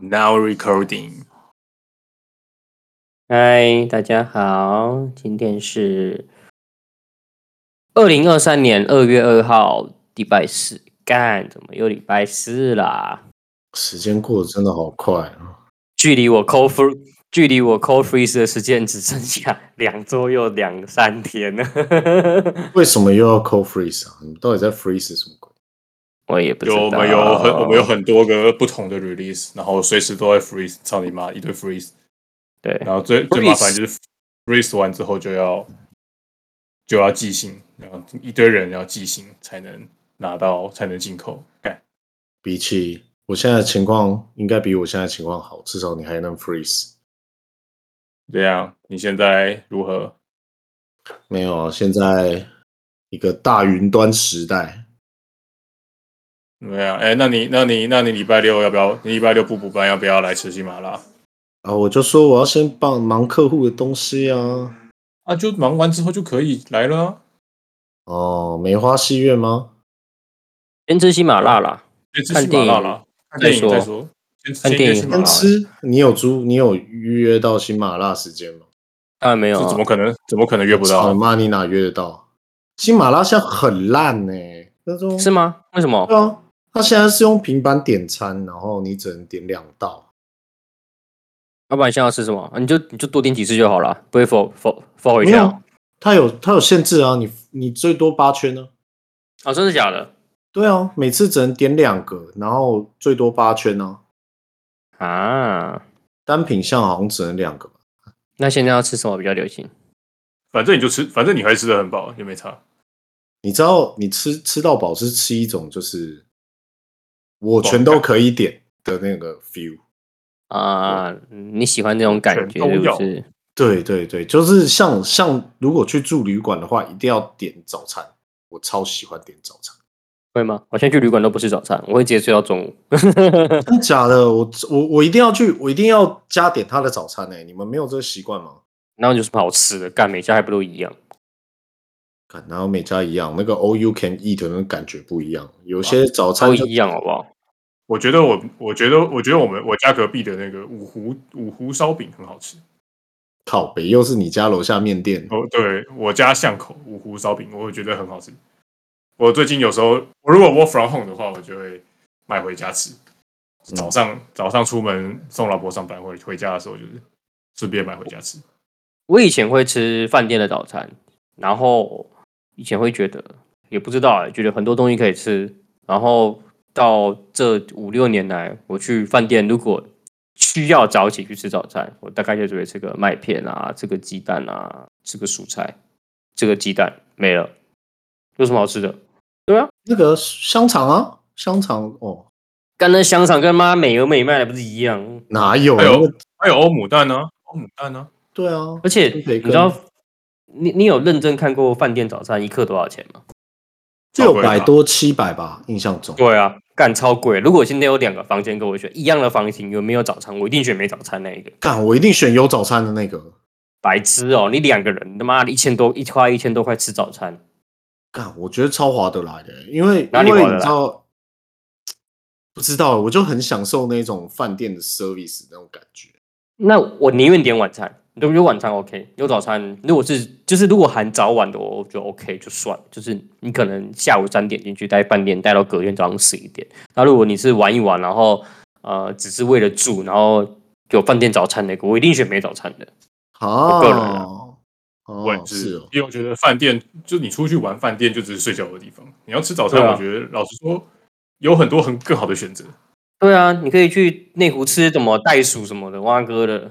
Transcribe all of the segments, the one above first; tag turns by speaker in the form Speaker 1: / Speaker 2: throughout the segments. Speaker 1: Now recording。
Speaker 2: 嗨，大家好，今天是二零二三年二月二号，礼拜四。干，怎么又礼拜四啦？
Speaker 3: 时间过得真的好快啊！
Speaker 2: 距离我 cold free，距离我 cold freeze 的时间只剩下 两周又两三天 了。
Speaker 3: 为什么又要 cold freeze 啊？你们到底在 freeze 什么鬼？
Speaker 2: 我也不知道，
Speaker 1: 有我们有很我们有很多个不同的 release，然后随时都在 freeze，操你妈一堆 freeze，
Speaker 2: 对
Speaker 1: 然后最
Speaker 2: Freeze
Speaker 1: 最麻烦就是 freeze 完之后就要就要寄信，然后一堆人要寄信才能拿到才能进口。干
Speaker 3: 比起我现在的情况，应该比我现在的情况好，至少你还能 freeze。
Speaker 1: 这样你现在如何？
Speaker 3: 没有啊，现在一个大云端时代，
Speaker 1: 怎么样？哎、那你那你那你礼拜六要不要？你礼拜六不补班要不要来吃喜马拉？
Speaker 3: 啊，我就说我要先帮忙客户的东西啊。
Speaker 1: 啊，就忙完之后就可以来了、啊。
Speaker 3: 哦，梅花戏院吗？
Speaker 2: 先吃喜马拉啦。
Speaker 1: 先吃
Speaker 2: 看
Speaker 1: 喜马
Speaker 2: 电
Speaker 1: 拉
Speaker 2: 影
Speaker 1: 啦，看
Speaker 2: 再
Speaker 1: 电影再
Speaker 2: 说
Speaker 1: 说。先
Speaker 2: 看电影
Speaker 1: 先吃喜马拉
Speaker 3: 先吃？啊你有租？你有预约到新马辣时间吗？
Speaker 2: 当然没有
Speaker 1: 这
Speaker 2: 啊，
Speaker 1: 怎么可能？怎么可能约不
Speaker 3: 操
Speaker 1: 到啊
Speaker 3: 你？妈，你哪约得到？新马辣现在很烂呢、那种
Speaker 2: 是吗？为什么？
Speaker 3: 对啊，他现在是用平板点餐，然后你只能点两道。
Speaker 2: 要不然现在要吃什么？啊你就你就多点几次就好了，不会否否否回啊
Speaker 3: 没
Speaker 2: 家
Speaker 3: 有，他有他有限制啊，你你最多八圈呢、
Speaker 2: 哦，真的假的
Speaker 3: 对啊，每次只能点两个，然后最多八圈呢、
Speaker 2: 啊？
Speaker 3: 单品项好像只能两个吧。
Speaker 2: 那现在要吃什么比较流行？
Speaker 1: 反正你就吃，反正你还吃的很饱，也没差。
Speaker 3: 你知道你吃吃到饱是吃一种就是我全都可以点的那个 feel。
Speaker 2: 啊、你喜欢那种感觉
Speaker 1: 全都
Speaker 2: 是
Speaker 1: 有
Speaker 2: 不是？
Speaker 3: 对对对，就是像像如果去住旅馆的话，一定要点早餐。我超喜欢点早餐。
Speaker 2: 会吗？我现在去旅馆都不吃早餐，我会直接睡到中午。
Speaker 3: 真的假的？我我我一定要去，我一定要加点他的早餐欸呢、你们没有这个习惯吗？
Speaker 2: 然后有什么好吃的？干每家还不都一样？
Speaker 3: 干然后每家一样，那个 all you can eat 的那种感觉不一样。有些早餐
Speaker 2: 都
Speaker 3: 就
Speaker 2: 一样哦好不好？
Speaker 1: 我觉得我，我觉得，我觉得我们我家隔壁的那个五湖五湖烧饼很好吃。
Speaker 3: 靠北，又是你家楼下面店，
Speaker 1: 哦，对我家巷口五湖烧饼，我会觉得很好吃。我最近有时候，我如果 work from home 的话，我就会买回家吃。早上、早上出门送老婆上班，或者回家的时候，就是顺便买回家吃。
Speaker 2: 我以前会吃饭店的早餐，然后以前会觉得也不知道、欸，觉得很多东西可以吃。然后到这五六年来，我去饭店如果需要早起去吃早餐，我大概就只会吃个麦片啊，吃个鸡蛋啊，吃个蔬菜，这个鸡蛋没了，有什么好吃的？对啊，
Speaker 3: 那个香肠啊，香肠哦，
Speaker 2: 干那香肠跟妈美而美卖的不是一样？
Speaker 3: 哪有？啊
Speaker 1: 哎呦
Speaker 3: 那个
Speaker 1: 还有欧姆蛋呢、欧姆蛋呢、
Speaker 3: 对啊，
Speaker 2: 而且
Speaker 3: 跟
Speaker 2: 你
Speaker 3: 培根
Speaker 2: 知道，你你有认真看过饭店早餐一克多少钱吗？
Speaker 3: 六百多七百吧，印象中。
Speaker 2: 对啊，干超贵。如果今天有两个房间给我选，一样的房型有没有早餐，我一定选没早餐那一个。
Speaker 3: 干，我一定选有早餐的那个。
Speaker 2: 白痴哦、你两个人他妈的一千多，一花一千多块吃早餐，
Speaker 3: 干，我觉得超划得来的，欸因为
Speaker 2: 哪里
Speaker 3: 因为
Speaker 2: 划得
Speaker 3: 你知
Speaker 2: 来
Speaker 3: 道，不知道，我就很享受那种饭店的 service 那种感觉。
Speaker 2: 那我宁愿点晚餐。如果有晚餐 OK，有早餐，如果是就是如果含早晚的，我就 OK 就算了。就是你可能下午三点进去待饭店，待到隔天早上十一点。那如果你是玩一玩，然后呃只是为了住，然后有饭店早餐那个，我一定选没早餐的。
Speaker 3: 啊，
Speaker 2: 个人啊
Speaker 1: 我
Speaker 3: 哦
Speaker 1: 也，
Speaker 3: 是哦，
Speaker 1: 因为我觉得饭店，就你出去玩，饭店就只是睡觉的地方。你要吃早餐，
Speaker 2: 对啊
Speaker 1: 我觉得老实说，有很多很更好的选择。
Speaker 2: 对啊，你可以去内湖吃什么袋鼠什么的，蛙哥的。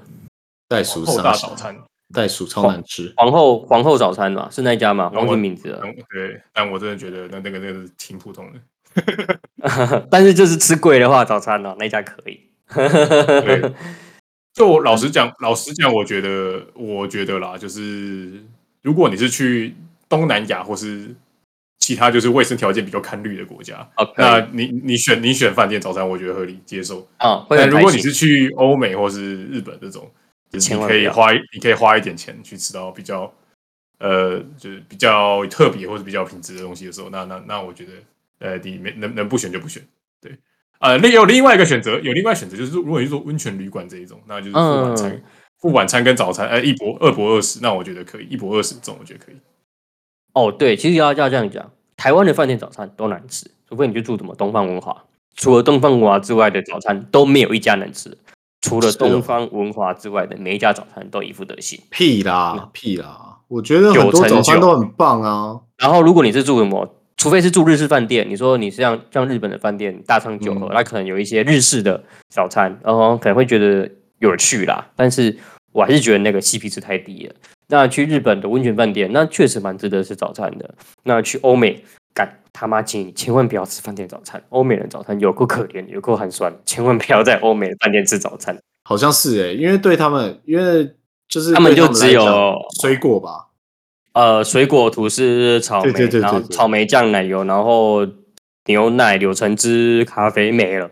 Speaker 3: 袋鼠
Speaker 1: 厚
Speaker 3: 沙
Speaker 1: 大
Speaker 3: 小
Speaker 1: 早，餐，
Speaker 3: 袋鼠超难吃。
Speaker 2: 皇后皇后早餐嘛，是那一家吗？
Speaker 1: 然后
Speaker 2: 忘
Speaker 1: 嗯我
Speaker 2: 记名字了。
Speaker 1: 嗯对，但我真的觉得那那个那个是挺普通的。
Speaker 2: 但是就是吃贵的话，早餐哦、那一家可以。
Speaker 1: 对，就我老实讲，老实讲，我觉得，我觉得啦，就是如果你是去东南亚或是其他就是卫生条件比较堪虑的国家，
Speaker 2: OK，
Speaker 1: 那你你选你选饭店早餐，我觉得合理接受。
Speaker 2: 啊，会
Speaker 1: 但
Speaker 2: 很
Speaker 1: 如果
Speaker 2: 开
Speaker 1: 你
Speaker 2: 心
Speaker 1: 是去欧美或是日本这种，就是
Speaker 2: 千
Speaker 1: 你
Speaker 2: 万
Speaker 1: 可
Speaker 2: 不
Speaker 1: 以
Speaker 2: 要
Speaker 1: 花一你可以花一点钱去吃到比较呃就是比较呃特别或者比较品质的东西的时候，那那那我觉得呃你没能能不选就不选，对。呃，另有另外一个选择，有另外一个选择就是，如果你是说温泉旅馆这一种，那就是付晚餐、
Speaker 2: 嗯
Speaker 1: 付晚餐跟早餐，呃，一博二博二十，那我觉得可以，一博二十这种我觉得可以。
Speaker 2: 哦，对，其实要要这样讲，台湾的饭店早餐都难吃，除非你去住什么东方文华。除了东方文华之外的早餐都没有一家能吃，除了
Speaker 3: 是
Speaker 1: 啊
Speaker 3: 哦
Speaker 2: 东方文华之外的每一家早餐都一副德行。
Speaker 3: 屁啦屁啦！我觉
Speaker 2: 嗯
Speaker 3: 得很
Speaker 2: 九
Speaker 3: 多
Speaker 2: 成
Speaker 3: 早餐
Speaker 2: 九
Speaker 3: 都很棒啊。
Speaker 2: 然后如果你是住什么，除非是住日式饭店，你说你是像像日本的饭店大仓九和，那、可能有一些日式的早餐，然后可能会觉得有趣啦。但是我还是觉得那个 CP 值太低了。那去日本的温泉饭店，那确实蛮值得吃早餐的。那去欧美，干他妈，请你千万不要吃饭店早餐。欧美人早餐有够可怜，有够寒酸，千万不要在欧美的饭店吃早餐。
Speaker 3: 好像是诶、因为对他们，因为就是
Speaker 2: 他们
Speaker 3: 对
Speaker 2: 就
Speaker 3: 来
Speaker 2: 只有
Speaker 3: 讲水果吧，
Speaker 2: 呃，水果、吐司、草莓，
Speaker 3: 对对对
Speaker 2: 然后
Speaker 3: 对对
Speaker 2: 草莓酱、奶油，然后牛奶、柳橙汁、咖啡没了，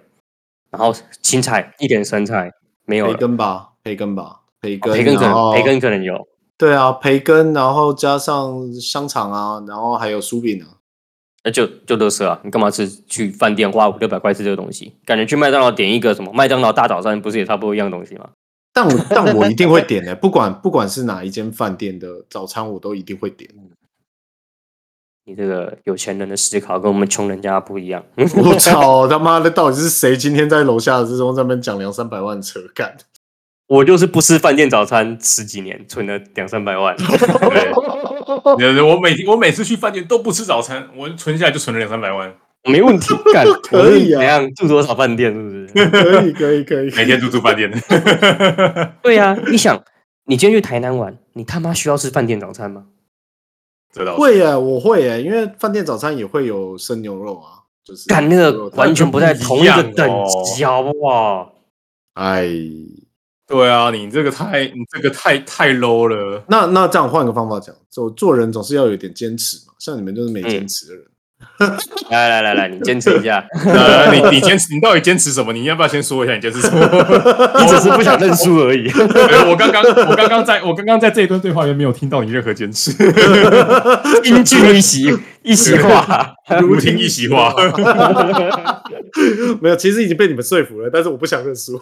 Speaker 2: 然后青菜一点生菜没有
Speaker 3: 培
Speaker 2: 了，哦
Speaker 3: 根吧，培根吧，培根，哦
Speaker 2: 培根可
Speaker 3: 然
Speaker 2: 能
Speaker 3: 后
Speaker 2: 培根可能有，
Speaker 3: 对啊，培根，然后加上香肠啊，然后还有酥饼啊，
Speaker 2: 那就就乐色啊！你干嘛吃去饭店花五六百块吃这个东西？感觉去麦当劳点一个什么麦当劳大早餐，不是也差不多一样东西吗？
Speaker 3: 但我但我一定会点诶、不管不管是哪一间饭店的早餐，我都一定会点。
Speaker 2: 你这个有钱人的思考跟我们穷人家不一样。嗯
Speaker 3: 我操他妈的，到底是谁今天在楼下之中在那边讲两三百万扯干？
Speaker 2: 我就是不吃饭店早餐十几年，存了两三百 万。
Speaker 1: 对，
Speaker 2: 哦
Speaker 1: 对我每我每次去饭店都不吃早餐，我存下来就存了两三百万，
Speaker 2: 没问题，干
Speaker 3: 可以
Speaker 2: 我是怎
Speaker 3: 啊
Speaker 2: 样住多少饭店是不是？
Speaker 3: 可以可以可以，
Speaker 1: 每天都住饭店。
Speaker 2: 对呀、你想，你今天去台南玩，你他妈需要吃饭店早餐 吗？
Speaker 1: 这倒是
Speaker 3: 会耶，我会耶，因为饭店早餐也会有生牛肉啊，就是
Speaker 2: 干那个完全不在同一个哦等
Speaker 1: 不一
Speaker 2: 级，好不好？
Speaker 3: 哎，
Speaker 1: 对啊，你这个太你这个太太 low 了。
Speaker 3: 那那这样换个方法讲，做做人总是要有点坚持嘛，像你们就是没
Speaker 2: 嗯
Speaker 3: 坚持的人，
Speaker 2: 来来来来，你坚持一 下，
Speaker 1: 呃，你你坚持，你到底坚持什么？你要不要先说一下你坚持什么？
Speaker 2: 你只是不想认输而已。
Speaker 1: 对我刚刚我刚刚在我刚刚在这一段对话里面没有听到你任何坚持，
Speaker 2: 英俊一席 一席话，
Speaker 1: 如听一席话。啊
Speaker 3: 没有，其实已经被你们说服了，但是我不想认输。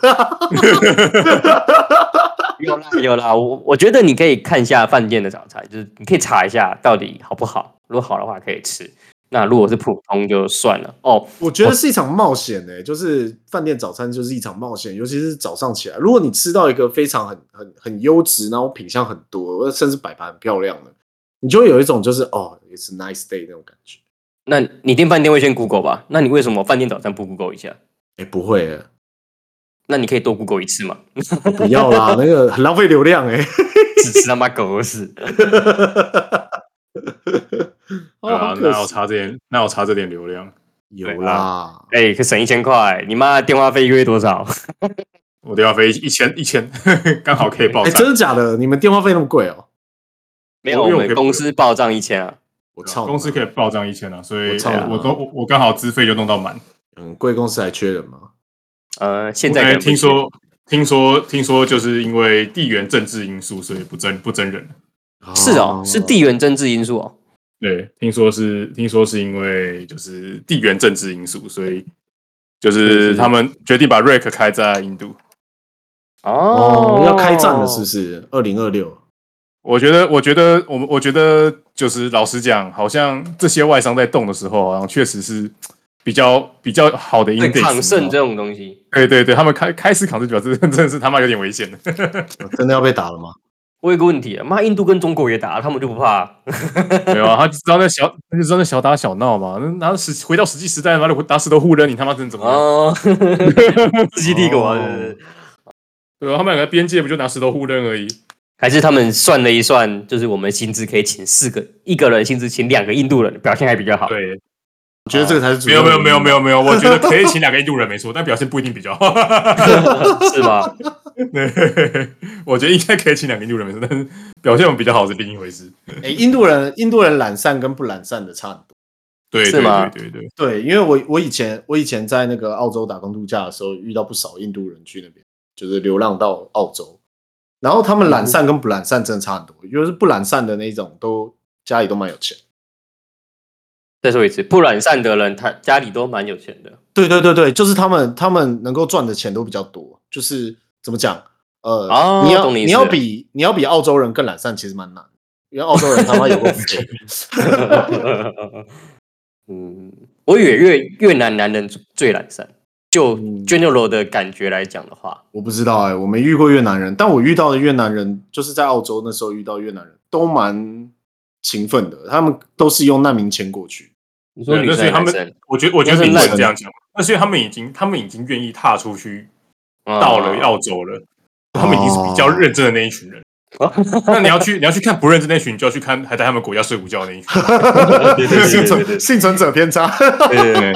Speaker 2: 有啦 有啦，我我觉得你可以看一下饭店的早餐，就是你可以查一下到底好不好，如果好的话可以吃。那如果是普通就算了哦，
Speaker 3: 我觉得是一场冒险诶、就是饭店早餐就是一场冒险，尤其是早上起来，如果你吃到一个非常很很很优质，然后品相很多，甚至摆盘很漂亮的，你就会有一种就是哦，it's a nice day 那种感觉。
Speaker 2: 那你订饭店会先 Google 吧？那你为什么饭店早餐不 Google 一下？
Speaker 3: 哎、不会 耶、
Speaker 2: 那你可以多 Google 一次 嘛？
Speaker 3: 不要 啦，那个很浪费流量哎、
Speaker 2: 只吃他妈狗屎！
Speaker 1: 对啊
Speaker 3: 哦好，可
Speaker 1: 那我
Speaker 3: 惜
Speaker 1: 差这点，那我差这点流量，啊
Speaker 3: 有啦，
Speaker 2: 哎、可省一千块，你妈的电话费一个月多少？
Speaker 1: 我电话费一千一千，刚好可以爆
Speaker 3: 哎、
Speaker 1: 炸。啊
Speaker 3: 真的假的？你们电话费那么贵哦？
Speaker 2: 没有，
Speaker 1: 我
Speaker 2: 我
Speaker 1: 有
Speaker 2: 们公司报账一千啊。
Speaker 3: 我操，
Speaker 1: 公司可以报账一千啊，所以
Speaker 3: 我操你妈
Speaker 1: 我都我我刚好资费就弄到满。
Speaker 3: 嗯，贵公司还缺人吗？
Speaker 2: 呃，现
Speaker 1: 我
Speaker 2: 在可
Speaker 1: 刚才
Speaker 2: 能不
Speaker 1: 听
Speaker 2: 行
Speaker 1: 说，听说，听说，就是因为地缘政治因素，所以不争不争人。
Speaker 2: 是哦，是地缘政治因素哦。
Speaker 1: 对，听说是，听说是因为就是地缘政治因素，所以就是他们决定把 REC 开在印度。
Speaker 3: 哦，要开战了是不是？二零二六，
Speaker 1: 我觉得，我觉得，我们我觉得，就是老实讲，好像这些外商在动的时候，好像确实是比较比较好的
Speaker 2: 对
Speaker 1: index。
Speaker 2: 抗胜这种东西，
Speaker 1: 对对对，他们开开始扛这表示 真的是他妈有点危险的。
Speaker 3: 真的要被打了
Speaker 1: 哦
Speaker 3: 吗？
Speaker 2: 我有个问题啊，妈，印度跟中国也打，他们就不怕？
Speaker 1: 没有啊，他就知道那小，他就知道那小打小闹嘛。那拿实回到实际时代，妈的打死都互扔，你他妈真怎么 样？
Speaker 2: 哦，世纪帝国啊，
Speaker 3: 哦
Speaker 2: 是不是
Speaker 1: 对啊，他们两个边界不就拿石头互扔而已？
Speaker 2: 还是他们算了一算，就是我们薪资可以请四个，一个人薪资请两个印度人，表现还比较好。
Speaker 1: 对，
Speaker 3: 我觉得这个才是主
Speaker 1: 没
Speaker 3: 要
Speaker 1: 有没
Speaker 3: 原
Speaker 1: 有
Speaker 3: 因
Speaker 1: 没有没有没有，我觉得可以请两个印度人没错，但表现不一定比 较好。
Speaker 2: 是吧？
Speaker 1: 对，我觉得应该可以请两个印度人没错，但是表现比较好是另一回事。
Speaker 3: 哎、印度人印度人懒散跟不懒散的差很多。
Speaker 1: 对
Speaker 2: 是
Speaker 1: 对
Speaker 2: 吗
Speaker 1: 对对对，
Speaker 3: 对，因为我我以前我以前在那个澳洲打工度假的时候，遇到不少印度人去那边，就是流浪到澳洲，然后他们懒散跟不懒散真的差很多，就是不懒散的那种都家里都蛮有钱。
Speaker 2: 再说一次，不懒散的人，他家里都蛮有钱的。
Speaker 3: 对对对对，就是他们他们能够赚的钱都比较多，就是怎么讲，呃，
Speaker 2: 哦
Speaker 3: 你要
Speaker 2: 懂你意思
Speaker 3: 要比你要比澳洲人更懒散，其实蛮难的，因为澳洲人他妈有 个废。
Speaker 2: 嗯，我以为越越南男人最懒散，就
Speaker 3: 嗯
Speaker 2: general 的感觉来讲的话，
Speaker 3: 我不知道哎、我没遇过越南人，但我遇到的越南人，就是在澳洲那时候遇到越南人，都蛮勤奋的，他们都是用难民签过去。
Speaker 2: 你说
Speaker 1: 对，
Speaker 2: 女
Speaker 1: 那
Speaker 2: 生
Speaker 1: 所以
Speaker 2: 还
Speaker 1: 他
Speaker 2: 男
Speaker 1: 们
Speaker 2: 生，
Speaker 1: 我觉得我觉
Speaker 2: 那
Speaker 1: 得
Speaker 2: 是
Speaker 1: 你不
Speaker 2: 烂
Speaker 1: 能这样讲。那所以他们已经他们已经愿意踏出去到
Speaker 2: 到
Speaker 1: 了澳洲了，他们已经是比较认真的那一 群人。那你要去你要去看不认真那群，你就要去看还在他们国家睡午觉的那一群。
Speaker 2: 对对对对对对
Speaker 3: 幸存者偏差，
Speaker 1: 对对对，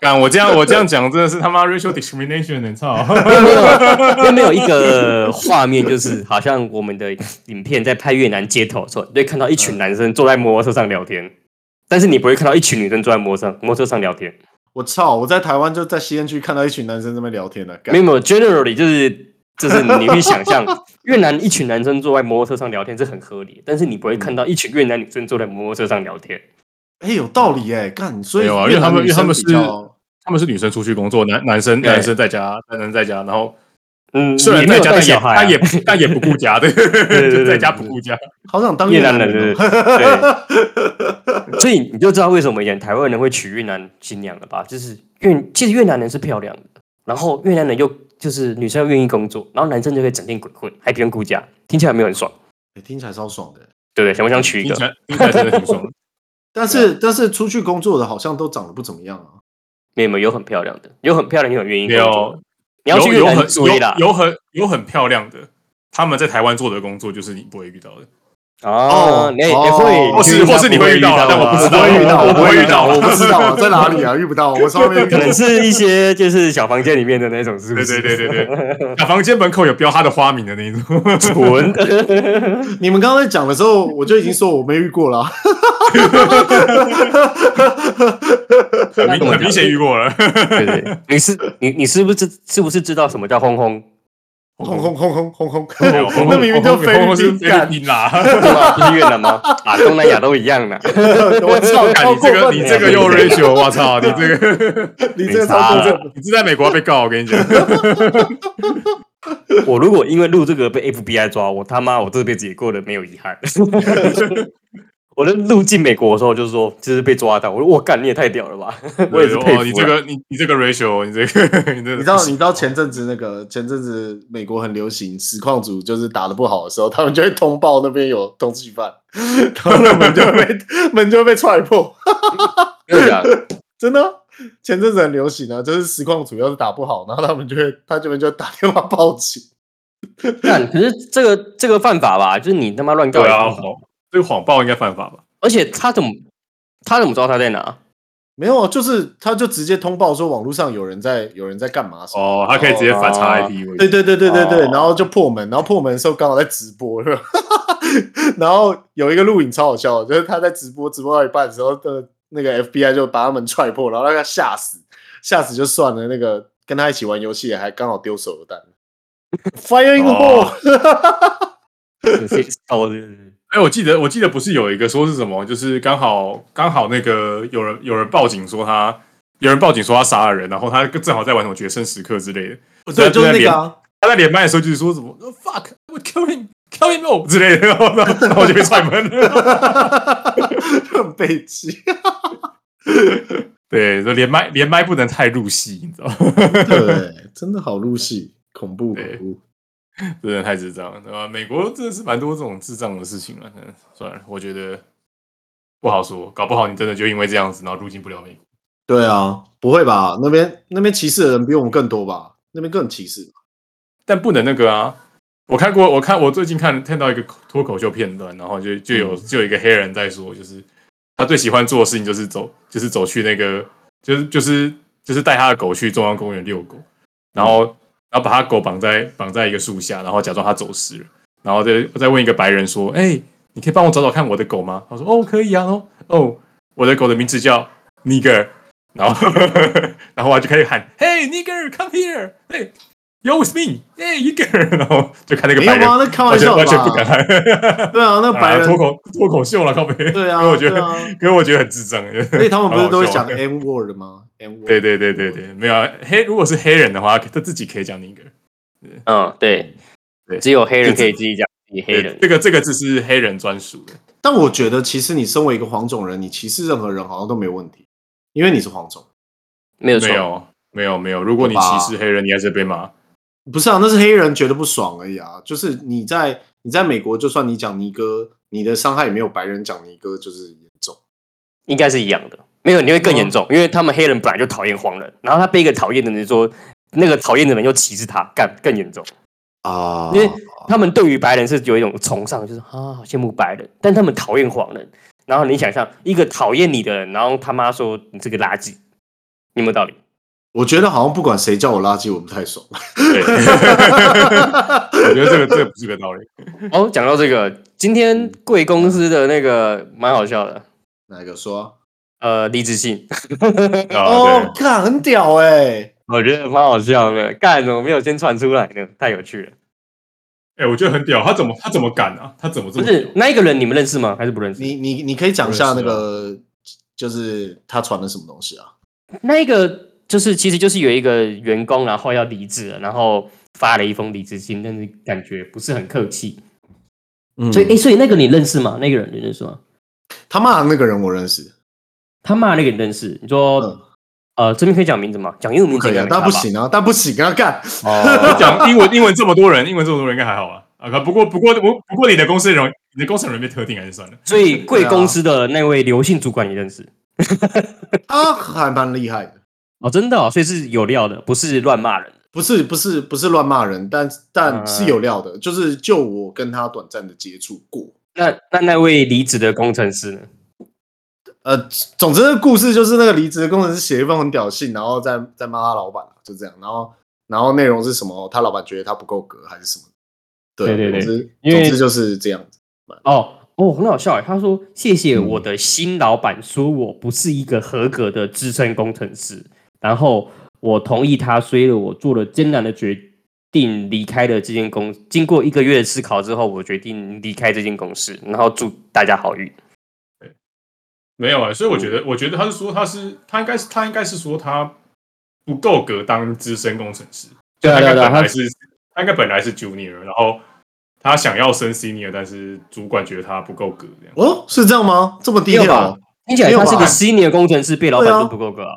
Speaker 1: 干我这样我这样讲真的是他妈 racial discrimination，你操！
Speaker 2: 因为没有一个画面，就是好像我们的影片在拍越南街头的时候，你会看到一群男生坐在摩托车上聊天，但是你不会看到一群女生坐在摩托 上摩托车上聊天。
Speaker 3: 我操！我在台湾就在西安区看到一群男生在那边聊天呢、干
Speaker 2: 没有没有，generally 就是就是你去想 象越南一群男生坐在摩托车上聊天是很合理，但是你不会看到一群越南女生坐在摩托车上聊天。
Speaker 3: 哎、有道理哎、干！所以
Speaker 1: 没有啊因
Speaker 3: 越南
Speaker 1: 为他们
Speaker 3: 女
Speaker 1: 因为
Speaker 3: 生
Speaker 1: 他们
Speaker 3: 比
Speaker 1: 是
Speaker 3: 较
Speaker 1: 他们是女生出去工作，男男生
Speaker 2: 对
Speaker 1: 男生在家，男生在家，然后
Speaker 2: 嗯，
Speaker 1: 虽然
Speaker 2: 你没
Speaker 1: 在
Speaker 2: 有带
Speaker 1: 家，但也
Speaker 2: 小孩、啊，
Speaker 1: 他也但也不顾家 的，
Speaker 2: 对对
Speaker 1: 就在家不顾家。
Speaker 3: 好想当
Speaker 2: 越
Speaker 3: 南
Speaker 2: 南人对
Speaker 3: 哦
Speaker 2: 对对对， 所以你就知道为什么以前台湾人会娶越南新娘了吧？就是越其实越南人是漂亮的，然后越南人又就是女生又愿意工作，然后男生就可以整天鬼混，还不用顾家，听起来有没有很爽，
Speaker 3: 哎听起来超爽的、
Speaker 2: 对不对？想不想娶一
Speaker 1: 听
Speaker 2: 个
Speaker 1: 起？来听起来真的挺爽的。
Speaker 3: 但是但是出去工作的好像都长得不怎么样啊。
Speaker 2: 没有没有，有很漂亮的，有很漂亮，有很愿意
Speaker 1: 没
Speaker 2: 工作
Speaker 1: 有
Speaker 2: 的。， 你要去越
Speaker 1: 有有
Speaker 2: 南
Speaker 1: 很
Speaker 2: 追啦
Speaker 1: 有，有很有很漂亮的，他们在台湾做的工作就是你不会遇到的，
Speaker 2: 哦
Speaker 3: 哦，
Speaker 2: 你也
Speaker 3: 哦
Speaker 2: 会，
Speaker 1: 或
Speaker 2: 你
Speaker 1: 是
Speaker 2: 去一下
Speaker 1: 或是你
Speaker 2: 不
Speaker 1: 会
Speaker 2: 遇
Speaker 1: 遇到啊，但我不知道，
Speaker 3: 我不会遇到，
Speaker 1: 我不会遇
Speaker 3: 到，
Speaker 1: 到，
Speaker 3: 我不知道在哪里啊，遇不到，我从来没遇
Speaker 2: 可
Speaker 3: 到。
Speaker 2: 能是一些就是小房间里面的那种，是不
Speaker 1: 对对
Speaker 2: 是？
Speaker 1: 对对对，小房间门口有标他的花名的那一 种，
Speaker 2: 滚！
Speaker 3: 你们刚刚在讲的时候，我就已经说我没遇过了啊。
Speaker 1: 很明很明显遇过了。
Speaker 2: 对对对， 你是你你是不是是不是知道什么叫轰轰？
Speaker 3: 轰轰轰轰轰轰！
Speaker 1: 没有
Speaker 3: 那明明就菲律
Speaker 1: 是
Speaker 3: 宾
Speaker 1: 菲律
Speaker 3: 干，
Speaker 1: 宾啦。
Speaker 2: 对吗？不是越南 吗？啊，东南亚都一样啦。
Speaker 3: 我操！
Speaker 1: 干
Speaker 3: 超
Speaker 1: 你这
Speaker 3: 过
Speaker 1: 个
Speaker 3: 分
Speaker 1: 你
Speaker 3: 的
Speaker 1: 这个又 ratio，我操，你 这个
Speaker 3: 你这个
Speaker 2: 没差
Speaker 3: 超过分
Speaker 2: 了
Speaker 3: 的，
Speaker 1: 你是在美国要被告，我跟你讲。
Speaker 2: 我如果因为录这个被 FBI 抓，我他妈我这辈子也过得没有遗憾。 我的入境美国的时候，就是说，就是被抓到，我说我干，你也太屌了吧！ 我也是佩服啊啦
Speaker 1: 哦你这个你你这个 ratio，你这个 你这个
Speaker 3: 你知道你知道前阵子那个前阵子美国很流行实况组，就是打的不好的时候，他们就会通报那边有通缉犯，然后那门就被门就被踹破，
Speaker 2: 真的假的
Speaker 3: 真的啊。前阵子很流行啊，就是实况组要是打不好，然后他们就会他这边就打电话报警。
Speaker 2: 干，可是这个这个犯法吧？就是你他妈乱告
Speaker 1: 对
Speaker 2: 也
Speaker 1: 啊，
Speaker 2: 犯法，
Speaker 1: 谎这个谎报应该犯法吧？
Speaker 2: 而且他怎么他怎么知道他在 哪？
Speaker 3: 没有啊，就是他就直接通报说网络上有人在有人在干嘛什么。
Speaker 1: 哦，他可以直接反查 IP 位置。
Speaker 3: 对对对对对对，
Speaker 2: 哦
Speaker 3: 然后就破门，然后破门的时候刚好在直播， 是吧然后有一个录影超好笑的，就是他在直播直播到一半的时候，的那个 FBI 就把他们踹破，然后让他吓死，吓死就算了，那个跟他一起玩游戏的还刚好丢手榴弹，Fire in the
Speaker 1: 哦
Speaker 3: hole，
Speaker 2: 哦，对对对
Speaker 1: 哎、我记得我记得不是有一个说是什么，就是刚好刚好那个有人有人报警说他有人报警说他杀了人，然后他正好在玩什么决胜时刻之类的。
Speaker 3: 对，就
Speaker 1: 在
Speaker 3: 是那
Speaker 1: 连
Speaker 3: 个、啊。
Speaker 1: 他在连麦的时候就是说什么、oh, “fuck”，我 kill him。Kill him all 之类的，oh，” 然后然后然后我就被踹 门了。
Speaker 3: 就 很悲戚，
Speaker 1: 对，说连麦连麦不能太入戏，你知道吗？
Speaker 3: 对，真的好入戏，恐怖
Speaker 1: 对
Speaker 3: 恐怖。
Speaker 1: 真的太智障了，对吧？美国真的是蛮多这种智障的事情了。嗯，算了，我觉得不好说，搞不好你真的就因为这样子，然后入境不了美国。
Speaker 3: 对啊，不会吧？那边那边歧视的人比我们更多吧？那边更歧视吧。
Speaker 1: 但不能那个啊！我看过，我看我最近看看到一个脱口秀片段，然后就就有就有一个黑人在说，就是他最喜欢做的事情就是走，就是走去那个，就是就是就是带他的狗去中央公园遛狗，然后
Speaker 3: 嗯
Speaker 1: 然后把他狗绑在绑在一个树下，然后假装他走失了，然后再再问一个白人说：“哎、你可以帮我找找看我的狗吗？”他说：“哦，可以啊，哦哦，我的狗的名字叫 Nigger。”然后 然后他就开始喊：“Hey Nigger，come here！Hey。” Yo, it's me. Hey, Nigger，然后就看那个
Speaker 3: 没
Speaker 1: 白
Speaker 3: 有
Speaker 1: 人，
Speaker 3: 吗？那开
Speaker 1: 完
Speaker 3: 玩
Speaker 1: 全
Speaker 3: 笑
Speaker 1: 完
Speaker 3: 的
Speaker 1: 全不敢
Speaker 3: 吧？
Speaker 1: 喊。
Speaker 3: 对啊，那白
Speaker 1: 啊
Speaker 3: 人
Speaker 1: 脱口脱口秀了，靠北。
Speaker 3: 对
Speaker 1: 因为
Speaker 3: 啊，
Speaker 1: 我觉
Speaker 3: 对
Speaker 1: 得，
Speaker 3: 啊，
Speaker 1: 因为我觉得很智障。所
Speaker 3: 所以他们不是都会讲
Speaker 1: 黑？
Speaker 3: N word 吗？N word，
Speaker 1: 对对对对对，没有啊黑，如果是黑人的话，他自己可以讲那个。
Speaker 2: 嗯，对，
Speaker 1: 对
Speaker 2: 只有黑人可以自己讲自己黑人
Speaker 1: 对。这个这个字是黑人专属的。
Speaker 3: 但我觉得，其实你身为一个黄种人，你歧视任何人好像都没有问题，因为你是黄种。
Speaker 2: 没有错
Speaker 1: 没，有没有没有，如果你
Speaker 3: 好吧
Speaker 1: 歧视黑人，你还是被 骂。
Speaker 3: 不是啊，那是黑人觉得不爽而已啊。就是你在你在美国，就算你讲尼哥，你的伤害也没有白人讲尼哥就是严重。
Speaker 2: 应该是一样的。没有，你会更严重，因为他们黑人本来就讨厌黄人，然后他被一个讨厌的人说，那个讨厌的人又歧视他，干更严重。
Speaker 3: 啊
Speaker 2: 因为他们对于白人是有一种崇尚，就是啊，好羡慕白人，但他们讨厌黄人。然后你想象一个讨厌你的人，然后他妈说你这个垃圾，有没有道理？
Speaker 3: 我觉得好像不管谁叫我垃圾，我不太爽。
Speaker 1: 对， 我觉得这个这个不是个道理。
Speaker 2: 哦，讲到这个，今天贵公司的那个蛮好笑的，
Speaker 3: 哪一个说啊？
Speaker 2: 呃，李志信，
Speaker 1: 啊
Speaker 3: 哦，，看很屌哎、
Speaker 2: 我觉得蛮好笑的，干怎么没有先传出来呢？太有趣了。
Speaker 1: 对，哎，我觉得很屌，他怎么他怎么敢啊？他怎么这
Speaker 2: 不
Speaker 1: 么
Speaker 2: 是那一个人，你们认识吗？还是不认识？
Speaker 3: 你你你可以讲一下
Speaker 1: 我
Speaker 3: 那
Speaker 1: 也是啊
Speaker 3: 个，就是他传的什么东西啊？
Speaker 2: 那一个就是，其实就是有一个员工，然后要离职了，然后发了一封离职信，但是感觉不是很客气。
Speaker 4: 嗯
Speaker 2: 所以，哎、所以那个你认识吗？那个人你认识吗？
Speaker 3: 他骂的那个人我认识，
Speaker 2: 他骂那个你认识？你说，
Speaker 3: 嗯
Speaker 2: 呃，这边可以讲名字吗？讲英文
Speaker 3: 不
Speaker 2: 名字
Speaker 3: 可
Speaker 2: 应
Speaker 3: 以
Speaker 2: 该
Speaker 3: 啊
Speaker 2: 没，差
Speaker 3: 但
Speaker 2: 吧哦
Speaker 3: 不。行啊，但不行啊，干！
Speaker 1: 屌？讲英文英文这么多人，英文这么多人应该还好吧？啊，不过不过不不过你的公司人你的公司人被特定还是算了。
Speaker 2: 所以贵公司的那位刘姓主管你认识？
Speaker 3: 啊他还蛮厉害的。
Speaker 2: 哦，真的哦，所以是有料的，不是乱骂人的。
Speaker 3: 不是不是不是乱骂人，但但
Speaker 2: 嗯
Speaker 3: 是有料的，就是就我跟他短暂的接触过，
Speaker 2: 那那那位离职的工程师呢？
Speaker 3: 呃，总之那个故事就是那个离职的工程师写一封很屌信，然后再再骂他老板啊，就这样，然后然后内容是什么？他老板觉得他不够格还是什么？对
Speaker 2: 对对对
Speaker 3: 总之
Speaker 2: 因为
Speaker 3: 总之就是这样子。
Speaker 2: 哦哦，很好笑哎，他说谢谢我的新老板说我不是一个合格的资深工程师，然后我同意他，所以我做了艰难的决定离开了这间公司。经过一个月的思考之后，我决定离开这间公司，然后祝大家好运。
Speaker 1: 没有啊、所以我觉
Speaker 2: 嗯
Speaker 1: 得，我觉得他是说他是他应该是他应该是说他不够格当资深工程师，
Speaker 2: 对啊对啊对
Speaker 1: 他
Speaker 2: 啊
Speaker 1: 应该本来
Speaker 2: 他
Speaker 1: 是他应该本来是 junior，然后他想要升 senior，但是主管觉得他不够格这样。
Speaker 3: 哦，是这样吗？这么低
Speaker 2: 没有
Speaker 3: 调啊
Speaker 2: 吧？听起来他是
Speaker 3: 没有吧
Speaker 2: 个 senior 工程师，被老板说不够格啊。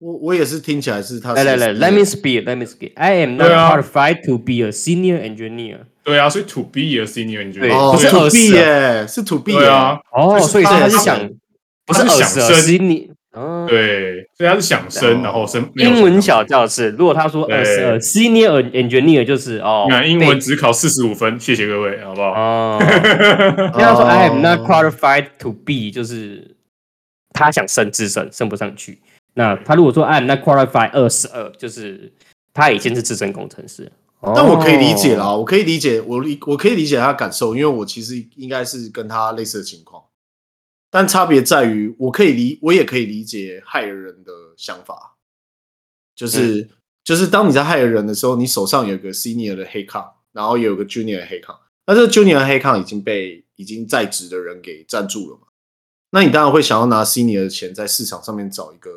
Speaker 3: 我我也是听起来是他是
Speaker 2: 来来来，Let me speak, let me speak. I am not
Speaker 1: 对啊
Speaker 2: qualified to be a senior engineer.
Speaker 1: 对啊，所以 to be a senior 你觉得
Speaker 2: 对
Speaker 3: 哦，
Speaker 2: 不是
Speaker 3: 是 to
Speaker 2: 耳
Speaker 3: B
Speaker 2: 屎啊
Speaker 3: 耶，是 to B 耶
Speaker 1: 对，啊，
Speaker 2: 哦，
Speaker 1: 就是
Speaker 2: 所以
Speaker 3: 他
Speaker 2: 他是
Speaker 3: 他
Speaker 2: 想不
Speaker 1: 他
Speaker 2: 是
Speaker 1: 是
Speaker 2: 二
Speaker 1: 想
Speaker 2: 十
Speaker 1: 升
Speaker 2: senior，嗯，
Speaker 1: 对，所以他是想升，然后升没有
Speaker 2: 英文
Speaker 1: 升
Speaker 2: 小教室，如果他说
Speaker 1: 对
Speaker 2: 二十二 senior engineer 就是哦
Speaker 1: 你，看英文
Speaker 2: 被
Speaker 1: 只考四十五分，谢谢各位，好不好？
Speaker 2: 哦，那他说
Speaker 3: 哦
Speaker 2: I am not qualified to be，就是他想升自身升不上去。那他如果说 I am not qualified 二十二，就是他已经是自身工程师。
Speaker 3: 但我可以理解
Speaker 2: 哦
Speaker 3: 啦，我可以理解，我理我可以理解他的感受，因为我其实应该是跟他类似的情况，但差别在于，我可以理，我也可以理解害人的想法，就是、就是当你在害人的时候，你手上有一个 senior 的黑抗，然后也有个 junior 的黑抗，那这个 junior 的黑抗已经被已经在职的人给占住了嘛，那你当然会想要拿 senior 的钱在市场上面找一个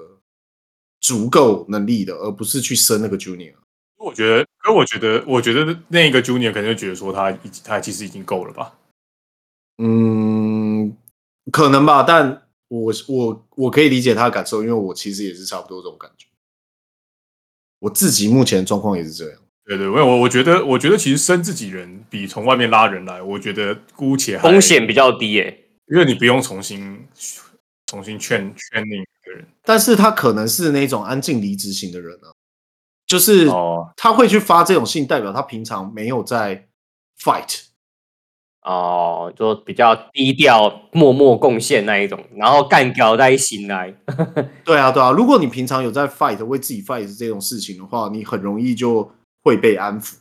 Speaker 3: 足够能力的，而不是去升那个 junior。
Speaker 1: 我觉得，可我觉得，我觉得那一个 junior 可能就觉得说他已他其实已经够了吧？
Speaker 3: 嗯，可能吧，但我我我可以理解他的感受，因为我其实也是差不多这种感觉。我自己目前的状况也是这样。
Speaker 1: 对对，因为我我觉得，我觉得其实生自己人比从外面拉人来，我觉得姑且还
Speaker 2: 风险比，较低耶、
Speaker 1: 因为你不用重新重新劝劝另一个人。
Speaker 3: 但是他可能是那种安静离职型的人啊，就是
Speaker 1: 哦
Speaker 3: 他会去发这种信，代表他平常没有在 fight，
Speaker 2: 哦、就比较低调、默默贡献那一种，然后干掉再醒来。
Speaker 3: 对啊，对啊。如果你平常有在 fight 为自己 fight 这种事情的话，你很容易就会被安抚。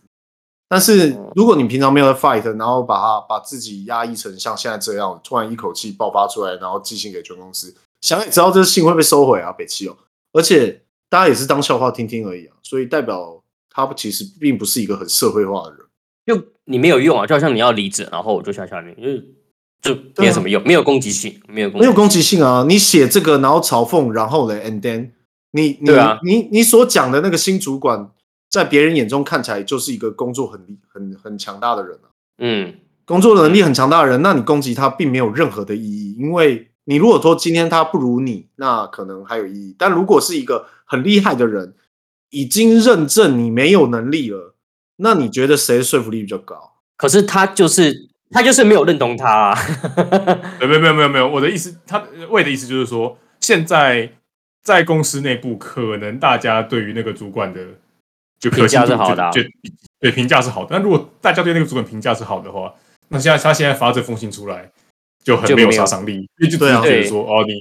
Speaker 3: 但是如果你平常没有在 fight，然后把它把自己压抑成像现在这样，突然一口气爆发出来，然后寄信给全公司，想也知道这信会被收回啊，北汽哦。而且大家也是当笑话听听而已啊，所以代表他其实并不是一个很社会化的人。
Speaker 2: 就你没有用啊，就好像你要离职，然后我就笑笑你，就是就没
Speaker 3: 对啊
Speaker 2: 有什么用，没有攻击性，没有攻
Speaker 3: 没有攻
Speaker 2: 击
Speaker 3: 击性啊！你写这个，然后嘲讽，然后嘞，and then，你你、
Speaker 2: 对啊
Speaker 3: 你你所讲的那个新主管，在别人眼中看起来就是一个工作很厉很很强大的人
Speaker 2: 性。
Speaker 3: 啊，
Speaker 2: 嗯，
Speaker 3: 工作能力很强大的人，那你攻击他并没有任何的意义，因为你如果说今天他不如你，那可能还有意义，但如果是一个很厉害的人，已经认证你没有能力了，那你觉得谁的说服力比较高？
Speaker 2: 可是他就是他就是没有认同他、啊，
Speaker 1: 没有没有没有没有，我的意思，他魏的意思就是说，现在在公司内部，可能大家对于那个主管的就可
Speaker 2: 评价
Speaker 1: 信
Speaker 2: 是
Speaker 1: 度
Speaker 2: 好的啊
Speaker 1: 就就对评价是好的。但如果大家对那个主管评价是好的话，那现在他现在发这封信出来，就很
Speaker 2: 就
Speaker 1: 没有
Speaker 2: 没有
Speaker 1: 杀伤力，因为就只
Speaker 3: 对
Speaker 1: 是
Speaker 3: 啊
Speaker 1: 觉得说，哦，你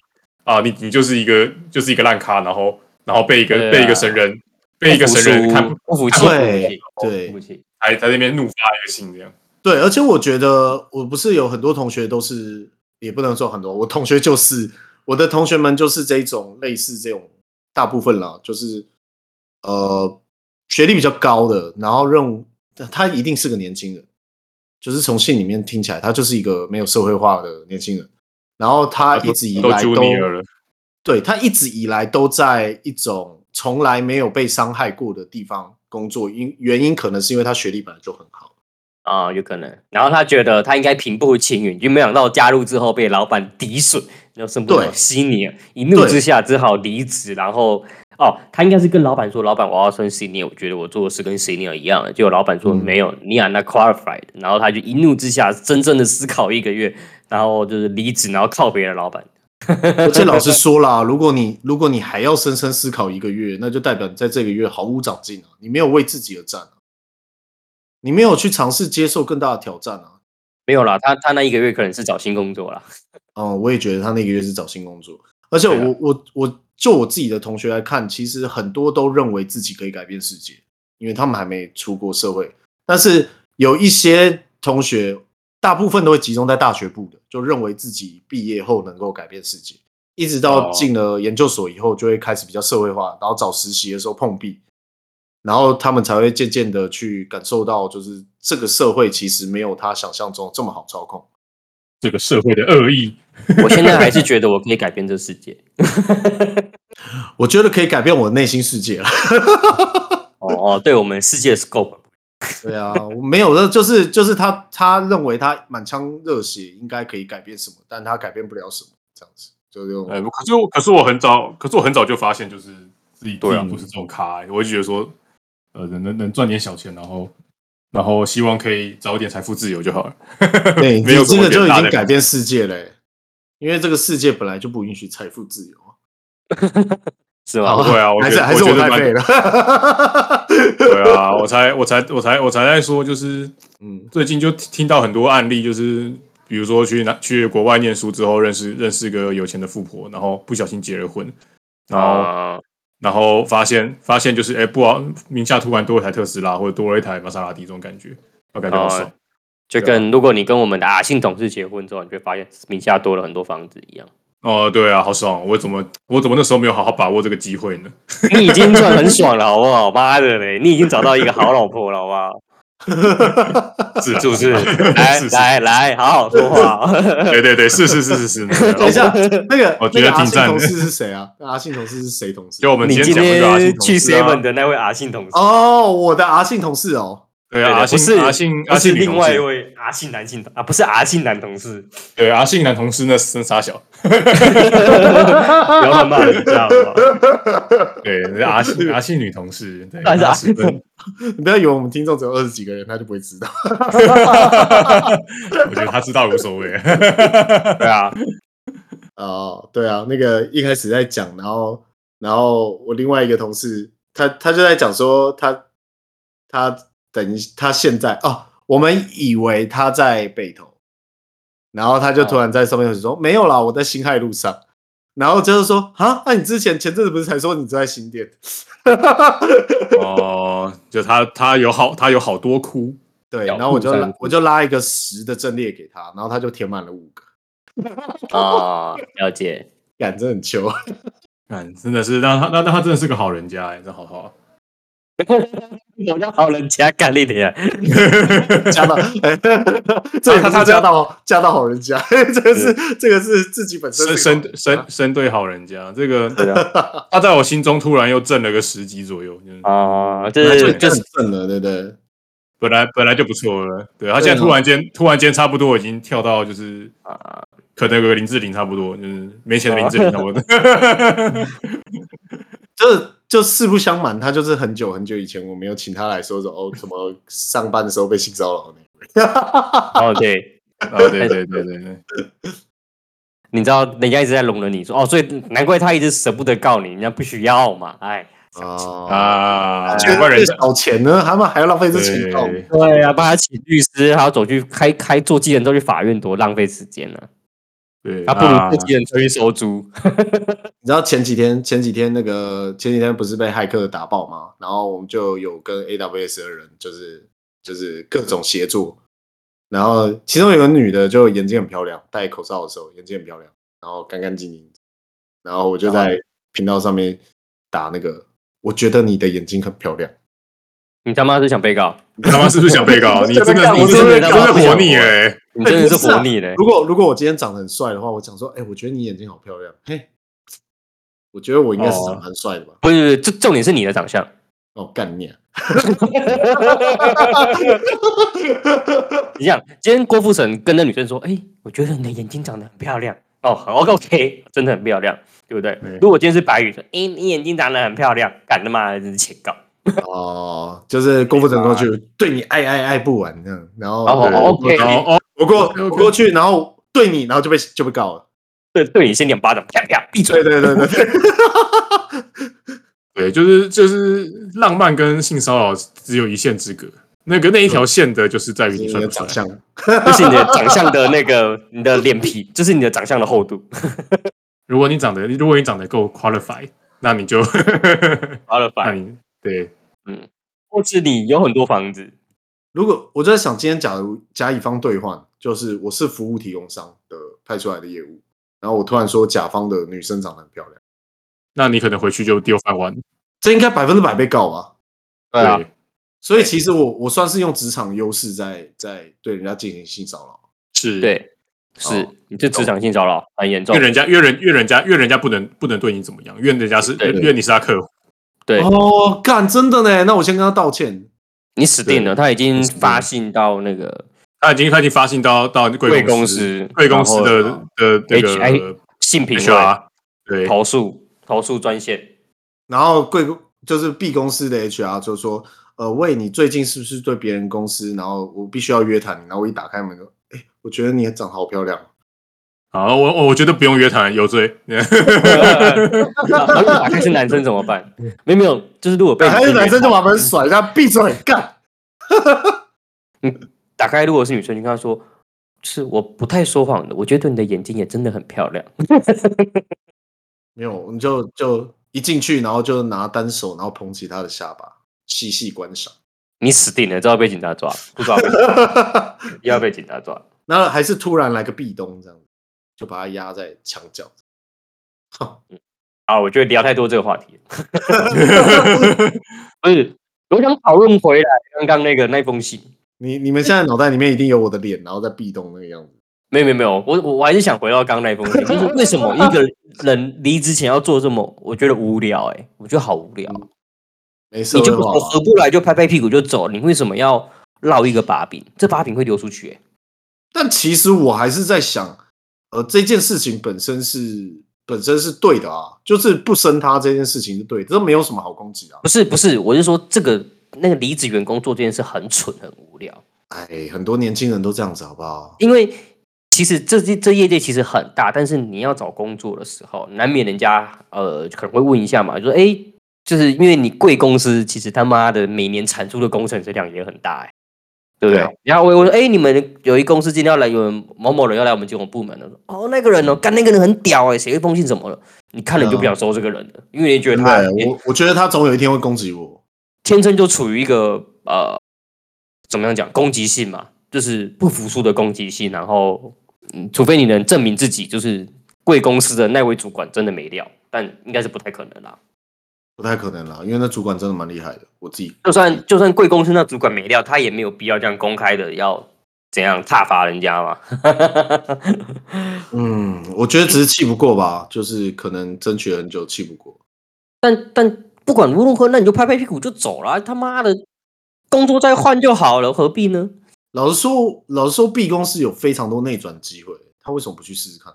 Speaker 1: 啊，你你就是一个就是一个烂咖，然后然后被一
Speaker 2: 对
Speaker 1: 个
Speaker 2: 啊
Speaker 1: 被一个神人被一个
Speaker 2: 不服
Speaker 1: 神人
Speaker 2: 输
Speaker 1: 看不
Speaker 2: 不服气，
Speaker 3: 对
Speaker 2: 不服气
Speaker 3: 对
Speaker 2: 不服气。
Speaker 1: 还在那边怒发一个信这样。
Speaker 3: 对，而且我觉得我不是有很多同学都是，也不能说很多，我同学就是我的同学们就是这种类似这种，大部分啦，就是呃学历比较高的，然后任务他一定是个年轻人，就是从信里面听起来他就是一个没有社会化的年轻人，然后他一直以
Speaker 1: 都
Speaker 3: 来都
Speaker 1: junior 了
Speaker 3: 对他一直以来都在一种从来没有被伤害过的地方工作，因原因可能是因为他学历本来就很好。
Speaker 2: 啊、有可能。然后他觉得他应该平步青云，就没想到加入之后被老板抵损，然后身不
Speaker 3: 对
Speaker 2: 由悉尼，一怒之下只好离职。然后哦，他应该是跟老板说，老板我要升 senior，我觉得我做的事跟 senior 一样的。结果老板说、
Speaker 3: 嗯
Speaker 2: 没有，你 are not qualified。然后他就一怒之下，真正的思考一个月，然后就是离职，然后靠别的老板。
Speaker 3: 而且老实说啦，如果你如果你还要深深思考一个月，那就代表你在这个月毫无长进啊，你没有为自己而战啊，你没有去尝试接受更大的挑战啊。
Speaker 2: 没有啦，他他那一个月可能是找新工作啦。
Speaker 3: 嗯，我也觉得他那个月是找新工作，而且我、
Speaker 2: 对啊
Speaker 3: 我我就我自己的同学来看，其实很多都认为自己可以改变世界，因为他们还没出过社会。但是有一些同学，大部分都会集中在大学部的，就认为自己毕业后能够改变世界，一直到
Speaker 1: 哦
Speaker 3: 进了研究所以后，就会开始比较社会化，然后找实习的时候碰壁，然后他们才会渐渐的去感受到，就是这个社会其实没有他想象中这么好操控。
Speaker 1: 这个社会的恶意，
Speaker 2: 我现在还是觉得我可以改变这世 界。
Speaker 3: 我觉得可以改变我内心世界了。
Speaker 2: 哦哦，对我们世界 scope
Speaker 3: 对啊，我没有的，就是就是他他认为他满腔热血应该可以改变什么，但他改变不了什么，这样子就用、
Speaker 1: 呃，可是我可是我很早，可是我很早就发现，就是自己
Speaker 5: 对啊
Speaker 1: 自己不是这种咖、欸，我就觉得说，呃，能能能赚点小钱，然后然后希望可以早一点财富自由就好了。
Speaker 3: 对，
Speaker 1: 没有
Speaker 3: 你这
Speaker 1: 什么
Speaker 3: 个就
Speaker 1: 远
Speaker 3: 已
Speaker 1: 大
Speaker 3: 经
Speaker 1: 的
Speaker 3: 改变世界嘞、因为这个世界本来就不允许财富自由啊。
Speaker 2: 是吧？
Speaker 1: 对啊，我
Speaker 3: 还
Speaker 1: 觉
Speaker 3: 是
Speaker 1: 得
Speaker 3: 还是
Speaker 1: 我
Speaker 3: 我
Speaker 1: 觉得
Speaker 3: 太
Speaker 1: 蛮
Speaker 3: 废了。
Speaker 1: 对啊，我才我才我才我才在说，就是
Speaker 3: 嗯，
Speaker 1: 最近就听听到很多案例，就是比如说去哪去国外念书之后，认识认识个有钱的富婆，然后不小心结了婚，然后。
Speaker 2: 啊
Speaker 1: 然后发现发现就是哎、诶不好，名下突然多了一台特斯拉，或者多了一台玛莎拉蒂这种感觉，我感觉好爽。
Speaker 2: 哦就
Speaker 1: 对啊
Speaker 2: 跟如果你跟我们的阿信同事结婚之后，你就会发现名下多了很多房子一样。
Speaker 1: 哦，对啊，好爽！我怎么我怎么那时候没有好好把握这个机会呢？
Speaker 2: 你已经算很爽了，好不好？妈的嘞，你已经找到一个好老婆了，好不好？
Speaker 1: 是啊
Speaker 2: 是不是？来
Speaker 1: 是是
Speaker 2: 来来，好好说 话。
Speaker 1: 对对对，是是 是是是。
Speaker 3: 等一下，那个
Speaker 1: 我
Speaker 3: 那
Speaker 1: 觉得
Speaker 3: 个阿
Speaker 1: 挺
Speaker 3: 信
Speaker 1: 赞的
Speaker 3: 同事是谁啊？那阿信同事是谁同事？
Speaker 1: 啊就我们
Speaker 2: 你今
Speaker 1: 天讲那个阿信
Speaker 2: 天
Speaker 1: 同
Speaker 2: 去
Speaker 1: 事啊
Speaker 2: seven 的那位阿信同事，
Speaker 3: 哦，我的阿信同事哦，
Speaker 1: 对
Speaker 2: 对
Speaker 1: 啊，
Speaker 2: 的
Speaker 1: 阿
Speaker 2: 不是
Speaker 1: 信阿信
Speaker 2: 不
Speaker 1: 阿
Speaker 2: 是
Speaker 1: 信女
Speaker 2: 另
Speaker 1: 同
Speaker 2: 外一
Speaker 1: 事，
Speaker 2: 位阿信男性同啊，不是阿信男同事，
Speaker 1: 对阿信男同事那是傻小，
Speaker 2: 不要乱骂人家，好不好？
Speaker 1: 对那是阿信阿信女同事，对，
Speaker 2: 那是阿
Speaker 1: 十分，
Speaker 3: 你不要以为我们听众只有二十几个人，他就不会知道。
Speaker 1: 我觉得他知道无所谓。
Speaker 2: 对啊，
Speaker 3: 哦，对啊，那个一开始在讲，然后然后我另外一个同事，他他就在讲说他他等于他现在哦，我们以为他在北投，然后他就
Speaker 2: 哦
Speaker 3: 突然在上面就说、没有啦，我在辛亥路上。然后就是说啊，那、你之前前阵子不是才说你在新店？
Speaker 1: 哦，就他他有好他有好多窟，
Speaker 3: 对，
Speaker 2: 小
Speaker 3: 然后我就
Speaker 2: 兔
Speaker 3: 拉
Speaker 2: 山
Speaker 3: 我就拉一个十的阵列给他，然后他就填满了五个，
Speaker 2: 啊，了解。
Speaker 3: 感真的很糗。
Speaker 1: 看真的是让他那那他真的是个好人家哎，真好好。
Speaker 2: 我叫好人家干你点，
Speaker 3: 嫁到，哎，这也不是嫁到嫁到好人家，这个是这个是自己本身
Speaker 1: 深
Speaker 3: 是
Speaker 1: 深
Speaker 3: 个好人啊家
Speaker 1: 深深对好人家，这个
Speaker 2: 对
Speaker 1: 啊，他在我心中突然又挣了个十级左右，就是
Speaker 2: 啊，就
Speaker 3: 本来
Speaker 2: 是
Speaker 3: 已经
Speaker 2: 就是
Speaker 3: 很正了，对不对？
Speaker 1: 本来本来就不错了，对他现在
Speaker 3: 对啊
Speaker 1: 突然间突然间差不多已经跳到就是可能有个林志玲差不多，就是没钱的林志玲差不多，
Speaker 3: 这就事不相瞒，他就是很久很久以前我没有请他来说说哦，什么上班的时候被性骚扰那个
Speaker 2: 哦，对，
Speaker 1: 啊对对对对对，
Speaker 2: 你知道人家一直在容忍你说哦，所以难怪他一直舍不得告你，人家不需要嘛，哎，
Speaker 3: 啊，
Speaker 1: 啊，
Speaker 3: 觉
Speaker 1: 难怪
Speaker 3: 得
Speaker 1: 人
Speaker 3: 这
Speaker 1: 家
Speaker 3: 小钱呢，他们还要浪费这钱到
Speaker 1: 对
Speaker 2: 对啊，帮他请律师，还要走去开开做技能都去法院，多浪费时间呢、
Speaker 1: 对，
Speaker 2: 他不
Speaker 1: 啊
Speaker 2: 如做技能出去收租，
Speaker 3: 你知道前几天前几天那个前几天不是被骇客打爆吗？然后我们就有跟 AWS 的人就是就是各种协作，然后其中有个女的就眼睛很漂亮，戴口罩的时候眼睛很漂亮，然后干干净净，然后我就在频道上面打那个，我觉得你的眼睛很漂亮，
Speaker 2: 你他妈是想被告？
Speaker 1: 你他妈是不是想被 告？你真的你
Speaker 2: 我
Speaker 1: 真
Speaker 2: 真
Speaker 1: 的
Speaker 2: 的
Speaker 1: 真的
Speaker 2: 不想
Speaker 1: 活腻哎，
Speaker 2: 你真的是活腻嘞、
Speaker 3: 如果如果我今天长得很帅的话，我讲说，哎、我觉得你眼睛好漂亮，嘿，我觉得我应该是长得蛮帅的吧？
Speaker 2: 不是不是，这重点是你的长相，
Speaker 3: 哦，干你、啊！
Speaker 2: 你想，今天郭富城跟那女生说：“哎、我觉得你的眼睛长得很漂亮哦，好 OK，真的很漂亮，对不对？”
Speaker 1: 对
Speaker 2: 如果今天是白宇说：“哎、你眼睛长得很漂亮，干他妈的真是欠告。
Speaker 3: 哦，就是郭富城过去，对你爱爱爱不完这样，然后
Speaker 2: 哦
Speaker 3: 对
Speaker 2: 哦，OK
Speaker 1: 然后哦，
Speaker 3: 我过我过去，然后对你，然后就被就被告了。
Speaker 2: 对，对你先两巴掌，啪啪，闭嘴
Speaker 3: 对。对对 对对，
Speaker 1: 对，就是就是浪漫跟性骚扰只有一线之隔，那个那一条线的就是在于
Speaker 3: 你
Speaker 1: 你帅
Speaker 3: 的
Speaker 1: 不
Speaker 3: 长
Speaker 1: 帅，
Speaker 3: 相，
Speaker 2: 就是你的长相的那个，你的脸皮，就是你的长相的厚度。
Speaker 1: 如果你长得如果你长得够 qualify，那你就
Speaker 2: 好了，
Speaker 1: 那
Speaker 2: 吧，
Speaker 1: 你对
Speaker 2: 或是你有很多房子，
Speaker 3: 如果我就在想，今天假如甲乙方兑换，就是我是服务提供商的派出来的业务，然后我突然说甲方的女生长得很漂亮，
Speaker 1: 那你可能回去就丢饭碗。
Speaker 3: 这应该百分之百被告吧？
Speaker 2: 对啊，
Speaker 3: 所以其实我我算是用职场优势在在对人家进行性骚扰。
Speaker 1: 是，
Speaker 2: 对，是
Speaker 3: 哦，
Speaker 2: 你这职场性骚扰很严
Speaker 1: 因
Speaker 2: 重
Speaker 1: 为。人家，因为人，因为人家，因为人家不能不能对你怎么样，因为人家是，
Speaker 2: 对
Speaker 1: 因为你是他客户，
Speaker 2: 对，
Speaker 3: 哦，干真的呢？那我先跟他道歉。
Speaker 2: 你死定了，他已经发信到那个
Speaker 1: 他已经他已经发信到到贵
Speaker 2: 贵
Speaker 1: 公
Speaker 2: 公
Speaker 1: 司，
Speaker 2: 司，
Speaker 1: 贵公司的
Speaker 2: 然后
Speaker 1: 的那
Speaker 2: HI
Speaker 1: 个
Speaker 2: 性平会
Speaker 1: HR，对，
Speaker 2: 投诉投诉专线，
Speaker 3: 然后贵公就是 B 公司的 HR 就说，呃，喂，你最近是不是对别人公司？然后我必须要约谈你。然后我一打开门就，哎、我觉得你长得好漂亮。
Speaker 1: 好，我我我觉得不用约谈，有罪，
Speaker 2: 然后打开是男生怎么办？没有没嗯有，就是如果被
Speaker 3: 打开
Speaker 2: 女
Speaker 3: 是
Speaker 2: 生
Speaker 3: 哎男生就把门甩，他闭嘴干。
Speaker 2: 打开，如果是女生，你跟她说。是我不太说谎的，我觉得你的眼睛也真的很漂亮。
Speaker 3: 没有，你就就一进去，然后就拿单手，然后捧起他的下巴，细细观赏。
Speaker 2: 你死定了，这要被警察抓，不抓不行又要被警察抓。
Speaker 3: 那还是突然来个壁咚这样子，就把他压在墙角。哼，
Speaker 2: 啊，我觉得聊太多这个话题了。不是，我想讨论回来刚刚那个那封信。
Speaker 3: 你你们现在脑袋里面一定有我的脸，然后在壁咚那个样子。
Speaker 2: 没有没有没有，我我我还是想回到刚刚那封信，就是为什么一个人离职前要做这么，我觉得无聊哎、我觉得好无聊。
Speaker 3: 没事，
Speaker 2: 你就
Speaker 3: 我会
Speaker 2: 我
Speaker 3: 画吧
Speaker 2: 合不来就拍拍屁股就走，你为什么要烙一个把柄？这把柄会流出去、欸，
Speaker 3: 但其实我还是在想，呃，这件事情本身是本身是对的啊，就是不生他这件事情是对的，这没有什么好攻击啊。
Speaker 2: 不是不是，我是说这个那个离职员工做这件事很蠢很无聊，
Speaker 3: 哎，很多年轻人都这样子，好不好？
Speaker 2: 因为其实这这这业界其实很大，但是你要找工作的时候，难免人家呃可能会问一下嘛，就说哎、诶就是因为你贵公司其实他妈的每年产出的工程质量也很大、欸，对不
Speaker 1: 对
Speaker 2: 对
Speaker 1: 啊？
Speaker 2: 然后我我说，哎、你们有一公司今天要来，有人某某人要来我们金融部门了。哦，那个人哦，干那个人很屌哎、谁会碰信什么了？你看了你就不想收这个人了，因为你觉得
Speaker 3: 真
Speaker 2: 他
Speaker 3: 的，我我觉得他总有一天会攻击我。
Speaker 2: 天生就处于一个呃，怎么样讲攻击性嘛，就是不服输的攻击性。然后，嗯，除非你能证明自己，就是贵公司的那位主管真的没料，但应该是不太可能啦。
Speaker 3: 不太可能啦，因为那主管真的蛮厉害的，我自己
Speaker 2: 就算就算贵公司那主管没料，他也没有必要这样公开的要怎样挞伐人家嘛。
Speaker 3: 嗯，我觉得只是气不过吧，就是可能争取了很久气不过。
Speaker 2: 但但不管如何，那你就拍拍屁股就走了啊、他妈的，工作再换就好了，何必呢？
Speaker 3: 老实说，老实说，B 公司有非常多内转机会，他为什么不去试试看？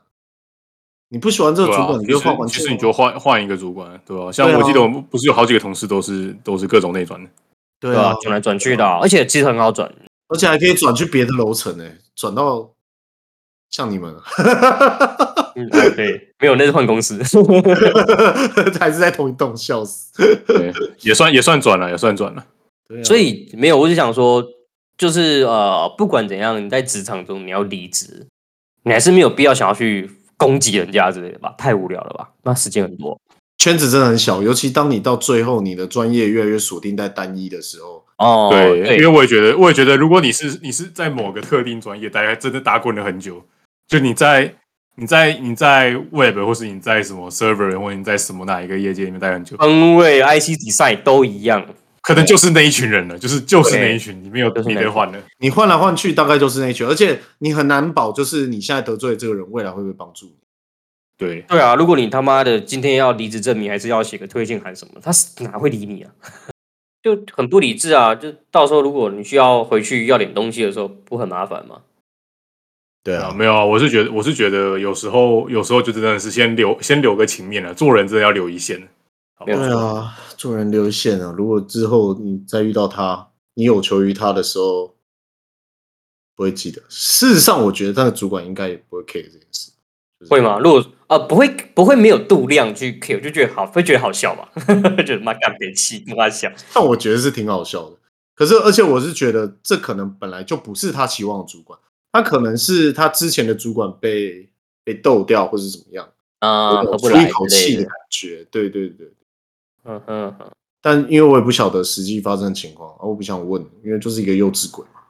Speaker 3: 你不喜欢这个
Speaker 1: 对
Speaker 3: 主
Speaker 1: 啊
Speaker 3: 管，，你
Speaker 1: 其
Speaker 3: 就
Speaker 1: 实
Speaker 3: 换环
Speaker 1: 其
Speaker 3: 境啊。
Speaker 1: 实你就换换一个主管，对吧、像
Speaker 3: 对啊
Speaker 1: 我记得我们不是有好几个同事都是都是各种内转的，
Speaker 3: 对
Speaker 2: 吧、
Speaker 3: 啊，
Speaker 2: 转来转去的啊、而且其实很好转，
Speaker 3: 而且还可以转去别的楼层诶，转到像你们，啊
Speaker 2: 嗯，啊对，没有那是换公司。
Speaker 1: 啊
Speaker 3: 还是在同一栋，笑死。
Speaker 1: 对，也算也算转了，也算转了。
Speaker 3: 对 啊
Speaker 2: 所以没有，我是想说，就是呃，不管怎样，你在职场中你要离职，你还是没有必要想要去攻击人家之类的吧？太无聊了吧？那时间很多，
Speaker 3: 圈子真的很小，尤其当你到最后，你的专业越来越锁定在单一的时候，
Speaker 2: 哦，
Speaker 1: 对，因为
Speaker 2: 对，
Speaker 1: 我也觉得，我也觉得，如果你是你是在某个特定专业，大家真的打滚了很久，就你在你在你在 Web 或是你在什么 Server 或者你在什么哪一个业界里面待很久，
Speaker 2: 分位 IC 比赛都一样，
Speaker 1: 可能就是那一群人了，就是就是
Speaker 2: 对
Speaker 1: 那一群，你没有
Speaker 2: 就是
Speaker 1: 你
Speaker 2: 那一
Speaker 1: 得
Speaker 2: 群
Speaker 1: 换了。
Speaker 3: 你换来换去，大概就是那一群，而且你很难保，就是你现在得罪的这个人，未来会不会帮助你？
Speaker 1: 对，
Speaker 2: 对啊，如果你他妈的今天要离职证明，还是要写个推荐函什么，他是哪会理你啊？ 就很不理智啊！就到时候如果你需要回去要点东西的时候，不很麻烦吗？
Speaker 3: 对
Speaker 1: 啊，，没有啊，我是觉得我是觉得有时候有时候就真的是先留先留个情面了，做人真的要留一线。好不好
Speaker 2: 没
Speaker 3: 对啊，做人留线啊！如果之后你再遇到他，你有求于他的时候，不会记得。事实上，我觉得他的主管应该也不会 care 这件事，就是
Speaker 2: 会吗？如果啊、不会不会没有度量去 care，就觉得好会觉得好笑吧？ 觉得妈干别气，妈笑。
Speaker 3: 但我觉得是挺好笑的。可是，而且我是觉得这可能本来就不是他期望的主管，他可能是他之前的主管被被斗掉或是怎么样，
Speaker 2: 啊，
Speaker 3: 有
Speaker 2: 合不
Speaker 3: 出
Speaker 2: 来
Speaker 3: 一口
Speaker 2: 之类
Speaker 3: 气的
Speaker 2: 的
Speaker 3: 感觉。对对对。
Speaker 2: 嗯哼哼，
Speaker 3: 但因为我也不晓得实际发生的情况，啊我不想问，因为就是一个幼稚鬼嘛。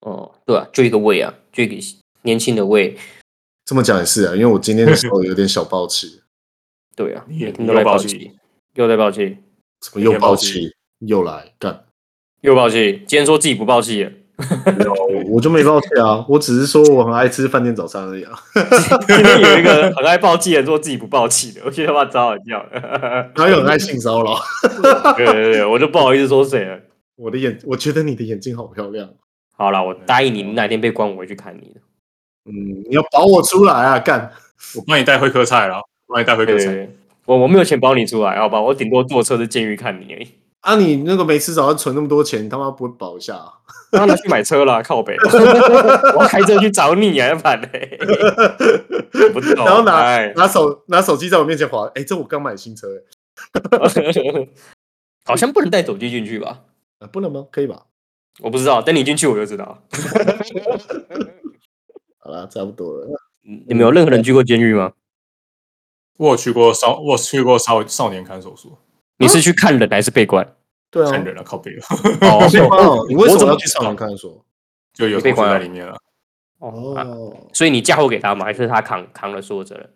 Speaker 2: 哦，对啊，就一个胃啊，就一个年轻的胃，
Speaker 3: 这么讲也是啊，因为我今天的时候有点小暴气。
Speaker 2: 对啊，
Speaker 1: 你也
Speaker 2: 每天
Speaker 1: 你
Speaker 2: 都
Speaker 1: 又
Speaker 2: 在
Speaker 1: 爆
Speaker 2: 爆
Speaker 1: 气
Speaker 2: 气，又在爆气，
Speaker 3: 怎么又爆气？又来干？
Speaker 2: 又爆气。今天说自己不爆气了， 哦
Speaker 3: 我我就没爆气啊，我只是说我很爱吃饭店早餐而已啊。
Speaker 2: 今天有一个很爱爆气的人说自己不爆气的，我觉得他妈超好 笑的。
Speaker 3: 然后又很爱性骚扰。
Speaker 2: 对对对，我就不好意思说谁了。
Speaker 3: 我的眼，我觉得你的眼睛好漂亮。
Speaker 2: 好啦，我答应你，你哪天被关，我会去看你的。
Speaker 3: 嗯，你要保我出来啊！干，
Speaker 1: 我帮你带会客菜了，我帮你带会
Speaker 2: 对
Speaker 1: 客
Speaker 2: 对
Speaker 1: 菜。
Speaker 2: 对，我我没有钱包你出来，好吧？我顶多坐车去监狱看你而已。
Speaker 3: 啊，你那个没吃早餐存那么多钱，你他妈不会保一下、啊？
Speaker 2: 然后拿去买车 啦，靠北。我要开车去找你啊，反嘞。不懂，
Speaker 3: 然后拿
Speaker 2: 哎
Speaker 3: 拿手拿手机在我面前划，哎、这我刚买新车、欸
Speaker 2: 哎 好像不能带手机进去吧？
Speaker 3: 啊，不能吗？可以吧？
Speaker 2: 我不知道，等你进去我就知道。
Speaker 3: 好了，差不多了。
Speaker 2: 你们有任何人去过监狱吗？
Speaker 1: 我有去过少，我有去过少少年看守所，
Speaker 2: 嗯你是去看人还是被关？
Speaker 3: 对啊，
Speaker 1: 看人了，靠背了，
Speaker 2: 哦
Speaker 3: 对啊你为什
Speaker 2: 我怎么
Speaker 3: 么要去上网看说？
Speaker 1: 就有
Speaker 2: 被
Speaker 1: 同学
Speaker 2: 关
Speaker 1: 在
Speaker 2: 了
Speaker 1: 里面了。
Speaker 2: 哦，啊
Speaker 3: 哦，
Speaker 2: 所以你嫁祸给他吗？还是他扛扛了所有责任？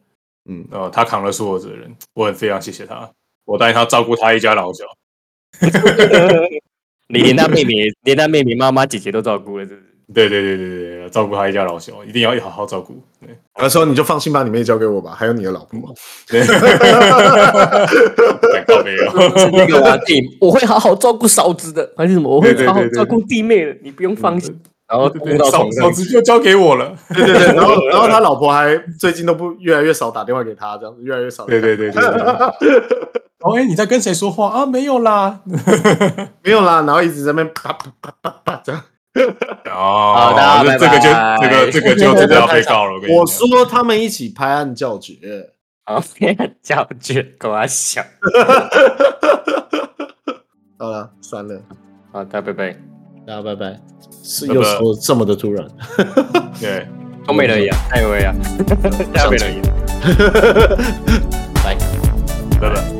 Speaker 3: 嗯，
Speaker 1: 呃，他扛了所有责任，我很非常谢谢他，我答应他照顾他一家老小。
Speaker 2: 你连他妹 妹、连他妹妹、妈妈、姐姐都照顾了，是不是？
Speaker 1: 对对对对对对，照顾他一家老小，一定要好好照顾。对
Speaker 3: 他说你就放心把你妹交给我吧，还有你的 老婆。
Speaker 1: 对，靠背 哦。
Speaker 2: 那个啊，弟， 我会好好照顾嫂子的，还是什么？我会
Speaker 1: 对对
Speaker 2: 好好
Speaker 1: 对对
Speaker 2: 照顾弟妹的，你不用放心。然后
Speaker 1: 对
Speaker 2: 扑到
Speaker 1: 嫂
Speaker 2: 床
Speaker 1: 嫂
Speaker 2: 上，
Speaker 1: 子就交给我了。
Speaker 3: 对对对，然后然后他老婆还最近都不越来越少打电话给他，这样子越来越少。
Speaker 1: 对对对对对。对 哦，哎，你在跟谁说话啊？没有啦。
Speaker 3: 没有啦，然后一直在那边啪啪啪啪啪这样。
Speaker 1: 哦
Speaker 2: 大家
Speaker 1: 这
Speaker 2: 拜拜
Speaker 1: 这个就这个这个就真的要被告了。我跟你
Speaker 3: 我
Speaker 1: 讲
Speaker 3: 说他们一起拍案叫绝，
Speaker 2: 啊，叫去跟我笑。
Speaker 3: 好了，删了。
Speaker 2: 好的，拜拜。
Speaker 3: 大家拜拜。是
Speaker 1: 拜
Speaker 3: 有时候这么的突然，
Speaker 1: 对，
Speaker 2: 东北人呀，太伟呀，东北人呀。
Speaker 3: 拜。
Speaker 1: 拜拜。